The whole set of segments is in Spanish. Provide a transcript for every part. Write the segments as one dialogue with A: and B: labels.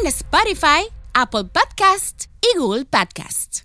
A: en Spotify, Apple Podcast y Google Podcast.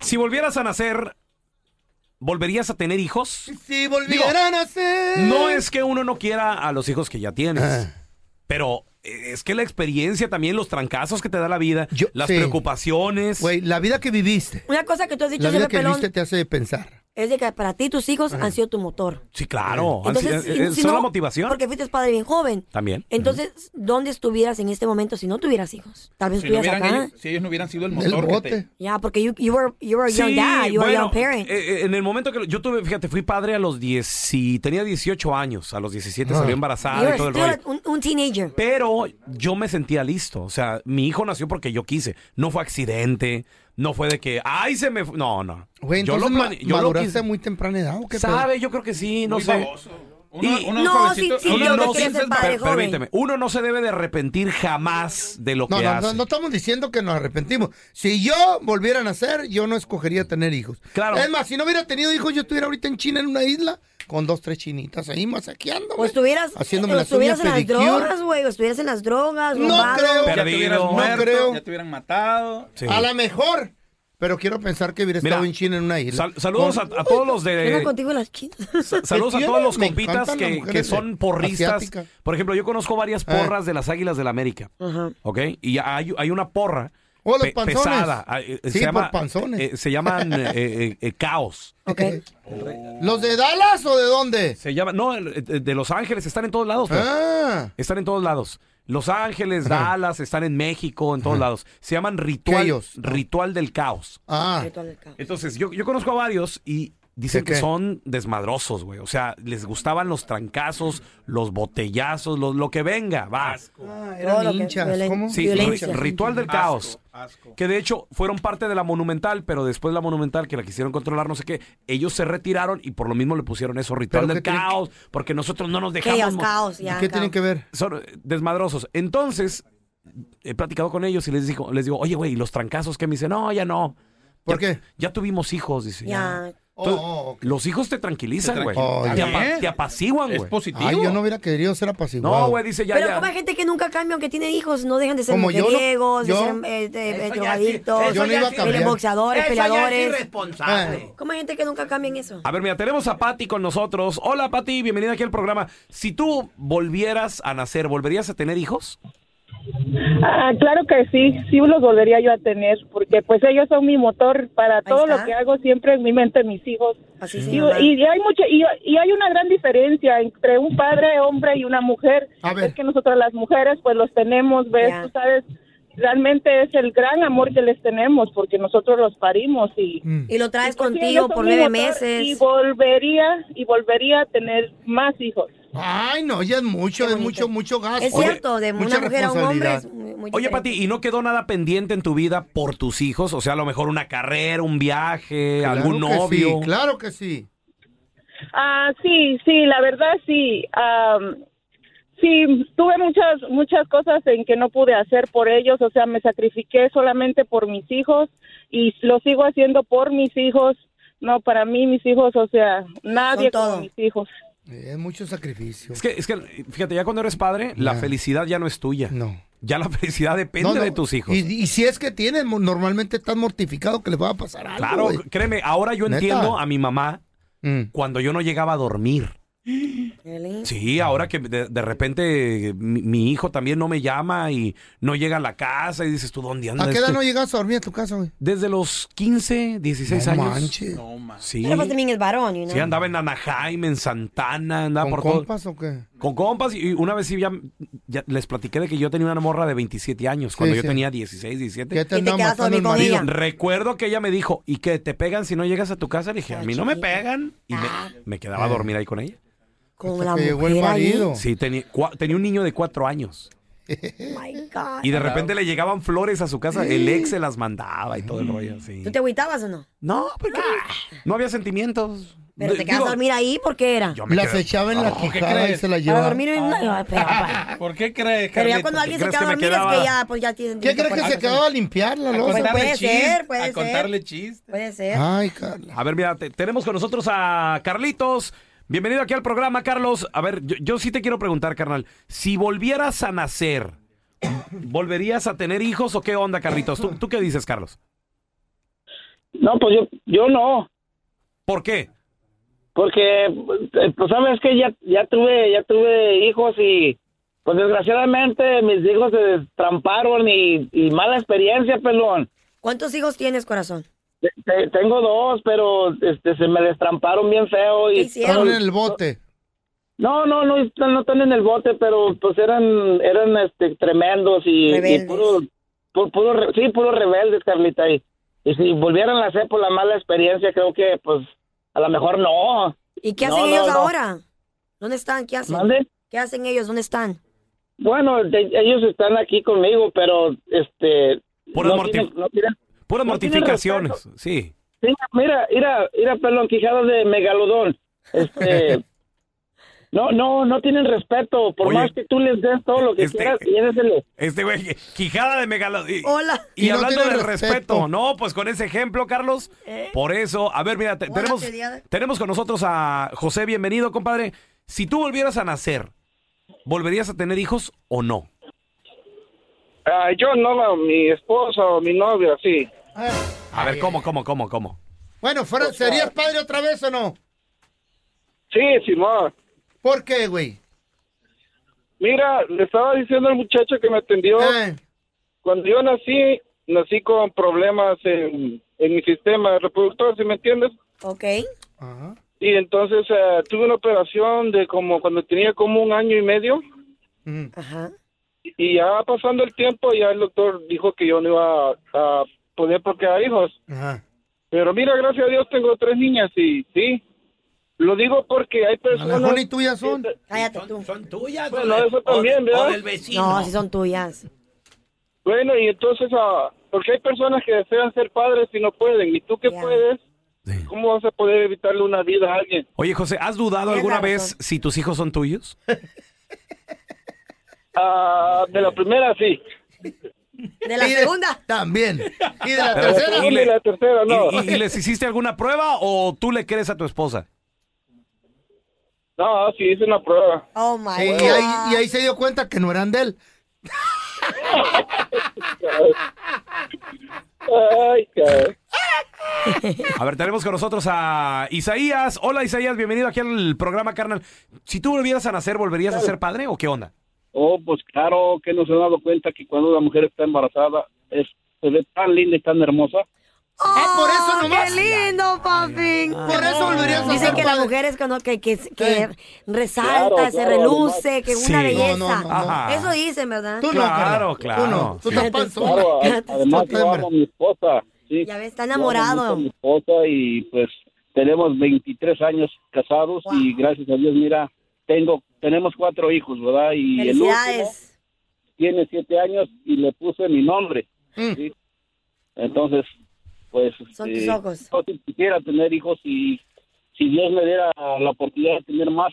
B: Si volvieras a nacer, ¿volverías a tener hijos?
C: Si volvieran a ser.
B: No es que uno no quiera a los hijos que ya tienes,
C: Ah.
B: pero es que la experiencia también, los trancazos que te da la vida,
C: Yo-
B: las
C: sí.
B: preocupaciones.
C: Güey, la vida que viviste,
D: Una cosa que tú has dicho
C: la vida
D: siempre,
C: que
D: pelón,
C: viviste te hace pensar.
D: es de que para ti tus hijos han sido tu motor.
B: sí, claro. han
D: Entonces,
B: sido-
D: si-
B: eh,
D: si
B: son
D: no-
B: la motivación.
D: Porque fuiste padre bien joven.
B: También.
D: Entonces, ¿dónde estuvieras en este momento si no tuvieras hijos? Tal vez
E: Si, no
D: estuvieras
E: hubieran
D: acá.
E: ellos, si ellos no hubieran sido el
C: El
E: motor que te-
C: bote.
D: Ya, porque you, you were, you were a young
B: Sí,
D: dad, you were a
B: bueno,
D: young parent.
B: eh, eh, en el momento que lo- yo tuve, fíjate, fui padre a los 10 y tenía 18 años, a los
C: Ah.
B: 17 salió
D: you
B: embarazada
D: were
B: y todo el
D: still
B: rollo.
D: a- un, un teenager.
B: Pero yo me sentía listo. O sea, mi hijo nació porque yo quise. No fue accidente. No fue de que, ay, se me. fu-". No, no.
C: Güey,
B: yo
C: entonces ma-
B: plane- yo
C: maduraste
B: quise.
C: a muy temprana edad, ¿o qué pedo?
B: ¿Sabe? Yo creo que sí, no
E: Muy
B: sé.
E: baboso. Uno-
B: Y-
E: uno
D: No,
E: jovencito-
D: sí, sí,
E: uno
D: yo
E: no
D: creo que
E: piensa
D: eres
E: en-
D: el padre
B: per-
D: joven.
B: Permíteme, uno no se debe de arrepentir jamás de lo
C: No,
B: que
C: no,
B: hace.
C: no, no estamos diciendo que nos arrepentimos. Si yo volviera a nacer, yo no escogería tener hijos.
B: Claro.
C: Es más, si no hubiera tenido hijos, yo estuviera ahorita en China en una isla con dos, tres chinitas ahí masaqueando.
D: O estuvieras,
C: haciéndome
D: o
C: las uñas
D: estuvieras en las
C: pedicure.
D: drogas, güey, o estuvieras en las drogas,
C: No
D: robado.
E: Ya
C: creo.
E: te hubieran
B: Perdido. No
E: muerto,
C: creo.
E: ya te hubieran matado.
B: Sí.
C: A lo mejor. Pero quiero pensar que hubiera
B: Mira,
C: estado en China en una isla.
B: Sal- saludos
C: Con-
B: a, a todos los
D: ¿Qué onda
B: de.
D: contigo en las chinas?
B: Eh, sa- Saludos a
C: ¿Qué
B: todos
C: tiene?
B: los
C: Me
B: compitas
C: encantan las
B: que,
C: mujeres Ah.
B: que
C: de-
B: son porristas.
C: asiáticas.
B: Por ejemplo, yo conozco varias porras de las Águilas del América.
D: Ajá.
B: ¿Ok? Y hay, hay una porra.
C: Oh, los
B: pe-
C: panzones.
B: pesada. ah, eh,
C: Sí,
B: se
C: por
B: llama,
C: panzones.
B: eh, eh, se llaman eh, eh, eh, Caos.
D: Ok.
C: ¿Los de Dallas o de dónde?
B: Se llama. No, el- eh, de Los Ángeles están en todos lados. Fer.
C: Ah,
B: Están en todos lados. Los Ángeles,
C: Ajá.
B: Dallas, están en México, en todos lados. Se llaman ritual,
C: Chaos.
B: ritual del caos.
C: ah.
D: Ritual del caos.
B: Entonces, yo, yo conozco a varios y dicen
C: ¿De
B: que
C: qué?
B: son desmadrosos, güey. O sea, les gustaban los trancazos, los botellazos, los- lo que venga, va.
C: Ah,
D: Todo lo
C: eran
D: que-
C: hinchas.
D: violen-
C: ¿Cómo?
B: Sí,
D: Violencia.
B: ri- ritual del caos.
E: asco.
B: Que de hecho fueron parte de la Monumental, pero después la Monumental, que la quisieron controlar, no sé qué, ellos se retiraron y por lo mismo le pusieron eso, ritual
C: ¿Pero
B: del
C: qué tiene que-
B: caos, porque nosotros no nos
D: Chaos,
B: dejamos. mo-
D: caos,
C: ¿Y
D: ya.
C: ¿Qué tienen
D: caos.
C: que ver?
B: son eh, desmadrosos. Entonces, he platicado con ellos y les digo, les digo oye, güey, ¿y los trancazos que me dicen, no, ya no.
C: ¿Por
B: Ya-
C: qué?
B: Ya tuvimos hijos, dice. Ya.
D: Ya.
B: Entonces,
C: Oh, ok.
B: Los hijos te tranquilizan,
E: Te
B: güey.
C: tranquilizan.
B: te,
E: Oh,
B: apa-
E: bien.
B: te apaciguan,
E: Es
B: güey.
E: positivo.
C: Ay, yo no hubiera querido ser apaciguado.
B: No, güey, dice ya,
D: Pero
B: ya.
D: como hay gente que nunca cambia, aunque tiene hijos, no dejan de ser
C: Como yo no-
D: mujeriegos,
C: yo-
D: de ser eh, de- de
B: Eso ya
D: drogadictos,
B: sí, eso
C: Yo no ya iba a sí. cambiar. Ah,
D: boxeadores, peleadores.
B: irresponsable.
D: ¿Cómo hay gente que nunca cambia en eso?
B: A ver, mira, tenemos a Patti con nosotros. Hola, Patti, bienvenida aquí al programa. Si tú volvieras a nacer, ¿volverías a tener hijos?
F: Ah, claro que sí, sí los volvería yo a tener, porque pues ellos son mi motor para todo
D: está.
F: lo que hago siempre en mi mente, mis hijos.
D: Así sí,
F: Y,
D: mamá.
F: y hay mucho, y, y hay una gran diferencia entre un padre hombre y una mujer.
C: A ver.
F: Es que nosotras las mujeres pues los tenemos, ves,
D: Ya.
F: tú sabes, realmente es el gran amor que les tenemos, porque nosotros los parimos y...
C: Mm.
D: Y lo traes
F: Pues, sí,
D: contigo
F: ellos son
D: por
F: mi
D: nueve
F: motor Y
D: meses.
F: volvería, y volvería a tener más hijos.
C: Ay, no, ya es mucho,
D: Qué
C: es mucho,
D: bonito.
C: mucho gasto.
D: Es cierto, de una mujer a un hombre es muy, muy
B: Oye,
D: diferente.
B: Pati, ¿y no quedó nada pendiente en tu vida por tus hijos? O sea, a lo mejor una carrera, un viaje, algún novio.
C: Sí, claro que sí.
F: Ah, sí, sí, la verdad sí. Am,
G: Sí, tuve muchas muchas cosas en que no pude hacer por ellos, o sea, me sacrifiqué solamente por mis hijos y lo sigo haciendo por mis hijos. No, para mí mis hijos, o sea, nadie
D: todo.
G: como mis hijos.
C: Es mucho sacrificio.
B: Es que, es que, fíjate, ya cuando eres padre, la
C: Ya.
B: felicidad ya no es tuya.
C: No.
B: Ya la felicidad depende
C: No, no.
B: de tus hijos.
C: Y, y si es que tienes, mo- normalmente estás mortificado que les va a pasar algo.
B: Claro,
C: güey.
B: créeme, ahora yo
C: Neta.
B: entiendo a mi mamá
C: Mm.
B: cuando yo no llegaba a dormir.
D: Really?
B: Sí, ahora que de, de repente mi, mi hijo también no me llama y no llega a la casa y dices tú, ¿dónde andas?
C: ¿A qué edad
B: Este-
C: no llegas a dormir a tu casa, güey?
B: Desde los 15, 16
C: No
B: años.
C: manches.
H: No, man.
B: Sí.
D: Pero pues también es varón, you know.
B: Sí, andaba en Anaheim, en Santana, andaba
C: ¿Con
B: por todo.
C: compas o qué?
B: Con compas y y una vez sí ya, ya les platiqué de que yo tenía una morra de 27 años, cuando yo
C: sí.
B: tenía 16, 17.
C: Ya te
D: Y te
C: andaba
D: quedas a
C: matando el
D: dormir con
C: marido.
D: ella.
B: Recuerdo que ella me dijo, ¿y que te pegan si no llegas a tu casa? Le dije, a mí no me pegan. Y me,
D: Ah.
B: me quedaba a dormir ahí con ella.
D: Con
C: Hasta
D: la
C: que
D: mujer
C: llegó el marido.
B: Sí, tenía, cua- tenía un niño de cuatro años.
D: ahí. Oh, my God.
B: Y de repente le llegaban flores a su casa. El ex se las mandaba y todo el rollo así.
D: ¿Tú te agüitabas o no?
B: No, porque no había sentimientos.
D: Pero
B: D-
D: te quedas
B: digo,
D: a dormir ahí porque era.
B: yo me
C: Las
B: quedé-
C: echaba en la quijada y
H: crees?
C: se la
D: Para
C: llevaba.
D: dormir en
B: Ah.
D: una. Ay, pero, papá.
H: ¿Por qué crees,
D: Pero ya
H: Carlita?
D: cuando alguien se
B: crees
D: queda a
B: que me
D: dormir es
B: quedaba?
D: que ya, pues ya tiene.
C: ¿Qué crees que se quedaba a limpiar la
H: A
C: losa?
H: contarle
D: puede
I: Pues,
H: chiste,
I: ¿eh?
D: ser, puede
H: A
D: ser.
H: contarle chistes.
D: Puede ser.
C: Ay, Carla.
B: A ver, mira, te- tenemos con nosotros a Carlitos. Bienvenido aquí al programa, Carlos. A ver, yo, yo sí te quiero preguntar, carnal. Si volvieras a nacer, ¿volverías a tener hijos o qué onda, Carlitos? ¿Tú, tú qué dices, Carlos?
G: No, pues yo yo no,
B: ¿Por qué?
G: porque eh, pues sabes que ya ya tuve ya tuve hijos y pues desgraciadamente mis hijos se tramparon y, y mala experiencia, pelón.
D: ¿Cuántos hijos tienes, corazón?
G: Te- te- tengo dos, pero este se me destramparon bien feo
D: ¿Qué
G: y
D: hicieron?
C: Estaban en el bote.
G: No, no, no, están- no están en el bote, pero pues eran, eran este, tremendos y, y
D: Rebeldes.
G: puro, pu- puro re- sí, puros rebeldes, Carlita. Y, y si volvieran a hacer por la mala experiencia, creo que pues a lo mejor no.
D: ¿Y qué
G: No,
D: hacen
G: no,
D: ellos
G: no.
D: ahora? ¿Dónde están? ¿Qué hacen?
G: ¿Mande?
D: ¿Qué hacen ellos? ¿Dónde están?
G: Bueno, de- ellos están aquí conmigo, pero este...
B: Pura
G: no
B: morti-
G: tienen- no tienen-
B: Puras
G: No tiene
B: mortificaciones. Sí.
G: Sí, mira, mira, mira, pelón, quijada de megalodón. Este, no, no, no tienen respeto. Por
B: Oye,
G: más que tú les des todo lo que
B: este-
G: quieras, lléveselo.
B: Este güey, quijada de megalo. y-
D: Hola.
B: Y,
C: Y no
B: hablando
C: tiene
B: de respeto.
C: respeto.
B: no, pues con ese ejemplo, Carlos,
D: ¿Eh?
B: por eso, a ver, mira, te-
D: Hola,
B: tenemos,
D: Tediada.
B: tenemos con nosotros a José, bienvenido, compadre. Si tú volvieras a nacer, ¿volverías a tener hijos o no?
I: Ah, yo no, la- mi esposa o mi novia, sí.
C: Ah,
B: A ver, ¿cómo, cómo, cómo, cómo?
C: Bueno, fuera- ¿serías padre otra vez o no?
I: Pues, ah. Sí, Simón.
C: ¿Por qué, güey?
I: Mira, le estaba diciendo al muchacho que me atendió,
C: Eh,
I: cuando yo nací, nací con problemas en, en mi sistema reproductor, si me entiendes?
D: Ok.
C: ajá.
I: Y entonces eh, tuve una operación de como cuando tenía como un año y medio,
C: Mm.
D: Ajá.
I: y ya pasando el tiempo, ya el doctor dijo que yo no iba a, a poder procrear hijos.
C: Ajá.
I: Pero mira, gracias a Dios tengo tres niñas y sí. Lo digo porque hay
C: A lo
I: personas...
C: mejor ni tuyas son.
D: Cállate tú.
B: tuyas.
I: Bueno, eso también, ¿verdad?
D: No, si son tuyas.
I: Bueno, y entonces, ah, porque hay personas que desean ser padres y no pueden, y tú que
D: Ya.
I: puedes, ¿cómo vas a poder evitarle una vida a alguien?
B: Oye, José, ¿has dudado
D: Tienes
B: alguna
D: razón.
B: vez si tus hijos son tuyos?
I: Ah, de la primera, sí.
D: De la
C: Y de-
D: segunda.
C: También. Y de la
B: Pero-
C: tercera.
I: Y la tercera, no.
B: ¿Y, y- y les hiciste alguna prueba o tú le crees a tu esposa?
I: No, sí, hice una prueba.
D: Oh my
C: Sí,
D: God.
C: y, ahí, y ahí se dio cuenta que no eran de él.
I: Ay, cabrón.
B: A ver, tenemos con nosotros a Isaías. Hola, Isaías, bienvenido aquí al programa, carnal. Si tú volvieras a nacer, ¿volverías a ser padre o qué onda?
I: Oh, pues claro, que no se han dado cuenta que cuando una mujer está embarazada, es, se ve tan linda y tan hermosa.
C: Ah, por eso nomás.
D: ¡Qué lindo, papi!
C: Por eso volverías a
D: Dicen
C: ser
D: que las
C: padre.
D: mujeres cuando- que, que, que
C: Eh.
D: resalta,
I: Claro,
D: se
I: claro,
D: reluce, que
B: Sí.
D: una belleza.
C: No, no, no, no.
B: Ajá.
D: Eso dicen, ¿verdad?
C: Tú no, Carla.
B: Claro, claro.
C: Tú no. Tú
B: Sí.
C: estás panzona.
I: Claro, a- además
C: Tú te
I: yo amo a mi esposa. Sí,
D: Ya ves, está
I: Yo amo
D: enamorado.
I: mucho a mi esposa y pues tenemos 23 años casados y gracias a Dios, mira, tengo, tenemos cuatro hijos, ¿verdad? Y el último
D: Felicidades.
I: tiene siete años y le puse mi nombre.
C: Mm.
I: ¿sí? Entonces, pues...
D: Son
I: eh,
D: tus ojos.
I: yo sí quisiera tener hijos y si Dios me diera la oportunidad de tener más,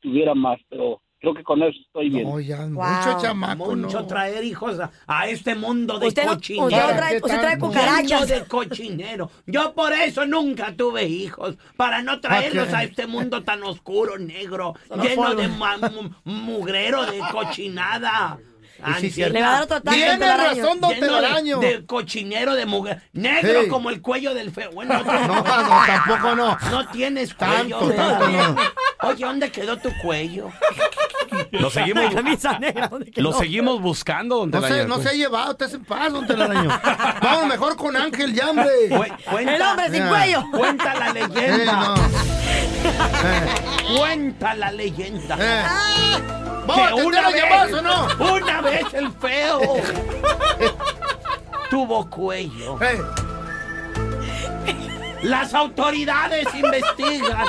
I: tuviera más, pero Creo que con eso estoy bien.
C: No, ya,
D: Wow.
C: mucho chamaco,
J: Mucho
C: no.
J: traer hijos a, a este mundo de
D: Usted, no, usted, no
J: cochinero.
D: trae, usted trae
J: Mundo
D: cucarachas.
J: de cochinero. Yo por eso nunca tuve hijos, para no traerlos
C: Ah, qué?
J: a este mundo tan oscuro, negro,
C: Solo
J: lleno
C: polvo.
J: de ma- mu- mugrero, de cochinada.
C: sí,
J: Ansiedad.
D: Le va a dar otro ataque.
C: Tiene
D: el telaraño.
C: razón, don
J: Lleno
C: Telaraño.
J: de, de cochinero de mujer. Negro
C: Sí.
J: como el cuello del feo. Bueno, no,
C: No, no,
J: tienes-
C: tampoco no.
J: no tienes cuello.
C: Tanto, tanto
J: Telaraño.
C: no.
J: Oye, ¿dónde quedó tu cuello?
B: Lo seguimos, lo seguimos buscando, don
C: No se,
B: Telaraño.
C: no
J: pues.
C: se ha llevado, usted es en paz, don Telaraño. Vamos mejor con Ángel, ya, hombre.
J: Cu- cuenta-
D: El hombre sin cuello.
J: Cuenta la
C: Eh,
J: leyenda.
C: no.
J: Cuenta la leyenda. Ah.
C: Eh. Vamos a
J: que
C: atender
J: una
C: las llamadas
J: vez,
C: o no.
J: una vez el feo tuvo cuello.
C: Eh,
J: Las autoridades investigan.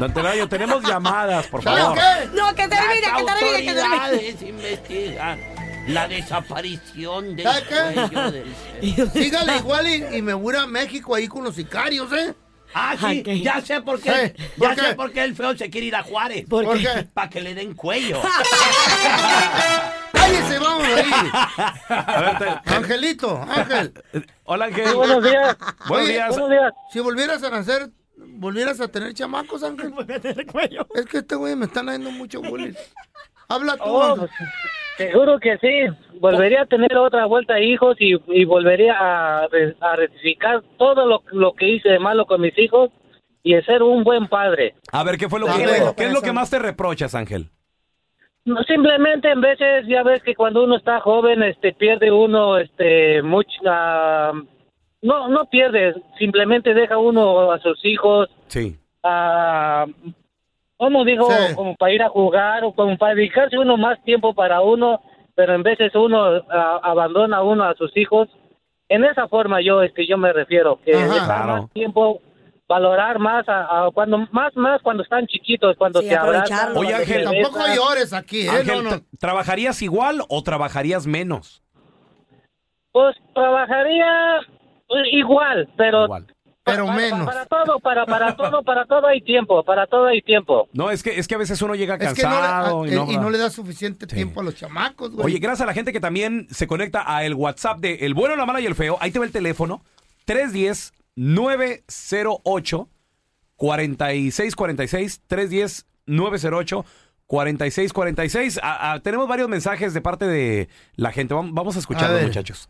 B: Don Telaraño, tenemos llamadas, por
C: ¿Sabes
B: favor.
C: qué?
D: No, que termine,
J: Las
D: que termine, que termine.
J: autoridades investigan la desaparición del
C: ¿Sabes qué?
J: cuello del feo.
C: Sígale igual y, y me voy a ir a México ahí con los sicarios, ¿eh?
J: Ah, sí, ya sé por qué.
C: Eh, ¿por
J: ya sé
C: qué?
J: por qué el feo se quiere ir a Juárez.
C: ¿Por ¿Por qué? qué?
J: Para que le den cuello.
C: ¡Cállese, vamos a ir!
B: A ver, te-
C: Angelito, Ángel,
B: Hola, Ángel.
F: Buenos días.
B: Buenos
C: Oye,
B: días.
F: Buenos días.
C: si volvieras a nacer, volvieras a tener chamacos, Ángel. Es que este güey me están haciendo mucho bullying. Habla tú,
F: Oh,
C: Ángel.
F: seguro que sí. Volvería a tener otra vuelta de hijos y, y volvería a, re- a rectificar todo lo, lo que hice de malo con mis hijos y a ser un buen padre.
B: A ver, ¿qué fue lo
C: Dame
B: que,
C: bueno,
B: qué es lo que
D: corazón.
B: más te reprochas, Ángel?
F: No, simplemente en veces ya ves que cuando uno está joven, este, pierde uno, este, mucho, no, no pierde, simplemente deja uno a sus hijos,
B: Sí.
F: a, Ah, ¿cómo digo?
C: Sí.
F: Como para ir a jugar o como para dedicarse uno más tiempo para uno, pero en veces uno a- abandona uno a sus hijos. En esa forma yo, este, yo me refiero, que
C: Ajá.
F: dejar
B: Claro.
F: más tiempo, valorar más, a, a cuando más, más cuando están chiquitos, cuando
D: Sí,
F: se abrazan.
D: aprovecharlo.
B: Oye,
F: cuando se
B: Ángel,
F: besan.
C: Tampoco llores aquí, ¿eh?
B: Ángel,
C: no, no.
B: ¿tra- ¿trabajarías igual o trabajarías menos?
F: Pues trabajaría pues, igual, pero
B: Igual.
C: Pero
F: para,
C: menos.
F: Para, todo, para para todo, para todo hay tiempo, para todo hay tiempo.
B: No, es que, es que a veces uno llega
C: Es que no le,
B: pues, cansado
C: a- eh,
B: y no,
C: y no le da suficiente tiempo a los chamacos, güey.
B: Oye, gracias a la gente que también se conecta a el WhatsApp de El Bueno, la Mala y el Feo. Ahí te va el teléfono. 310 908 4646 310 908 4646. A- a- tenemos varios mensajes de parte de la gente. Vam- Vamos a escucharlos,
C: ver.
B: muchachos.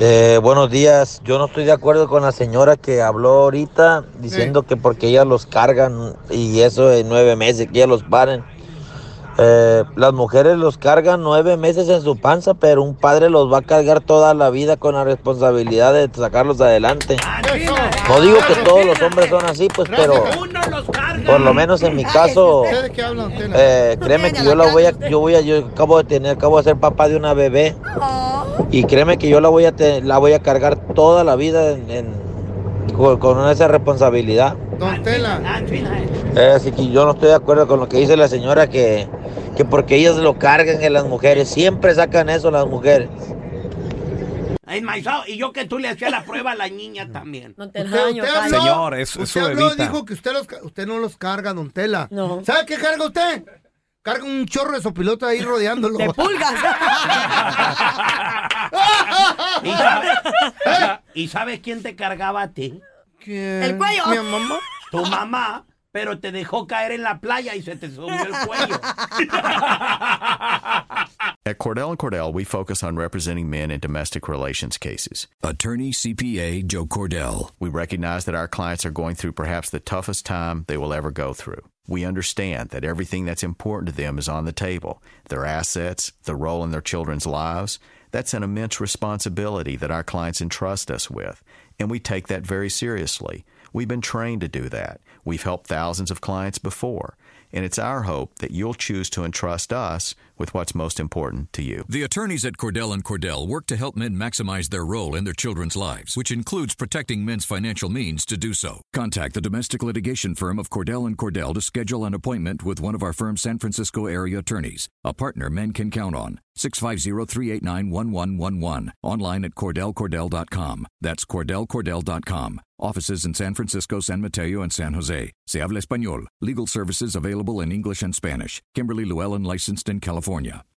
K: Eh, buenos días, yo no estoy de acuerdo con la señora que habló ahorita diciendo que porque ellas los cargan y eso en nueve meses, que ellas los paren. Eh, las mujeres los cargan nueve meses en su panza, pero un padre los va a cargar toda la vida con la responsabilidad de sacarlos adelante.
C: Eso.
K: No digo que todos los hombres son así, pues, pero
J: Uno los carga.
K: por lo menos en mi caso...
C: ¿Ustedes Ah, qué hablan, Tela?
K: Eh, créeme que yo la voy a, yo voy a, yo acabo de tener, acabo de ser papá de una bebé y créeme que yo la voy a, te- la voy a cargar toda la vida en- en- con, con esa responsabilidad.
C: Don Tela.
J: Ah, china, eh.
K: Eh, así que yo no estoy de acuerdo con lo que dice la señora que, que porque ellas lo cargan en las mujeres, siempre sacan eso las mujeres.
J: Enmaizado. Y yo que tú le hacía la prueba a la niña también.
D: Don
C: Usted,
D: Telaraño,
C: usted
D: cállate.
C: habló,
B: Señor, es- es
C: usted
B: su
C: habló y
B: bebita.
C: dijo que usted, los, ca- usted no los carga, don Tela.
D: No.
C: ¿Sabe qué carga usted? Carga un chorro de sopilote ahí rodeándolo.
D: De pulgas.
J: ¿Y sabes, ¿Y sabes quién te cargaba a ti?
C: ¿Eh? ¿Quién?
D: El cuello.
C: Mi mamá.
J: Tu mamá, pero te dejó caer en la playa y se te subió el cuello.
L: At Cordell and Cordell, we focus on representing men in domestic relations cases.
M: Attorney CPA Joe Cordell.
L: We recognize that our clients are going through perhaps the toughest time they will ever go through. We understand that everything that's important to them is on the table their assets, their role in their children's lives. That's an immense responsibility that our clients entrust us with, and we take that very seriously. We've been trained to do that. We've helped thousands of clients before, and it's our hope that you'll choose to entrust us with what's most important to you.
M: The attorneys at Cordell and Cordell work to help men maximize their role in their children's lives, which includes protecting men's financial means to do so. Contact the domestic litigation firm of Cordell and Cordell to schedule an appointment with one of our firm's San Francisco area attorneys, a partner men can count on. 650-389-1111. Online at cordellcordell.com. That's cordellcordell.com.
N: Offices in San Francisco, San Mateo, and San Jose. Se habla español. Legal services available in English and Spanish. Kimberly Llewellyn, licensed in California.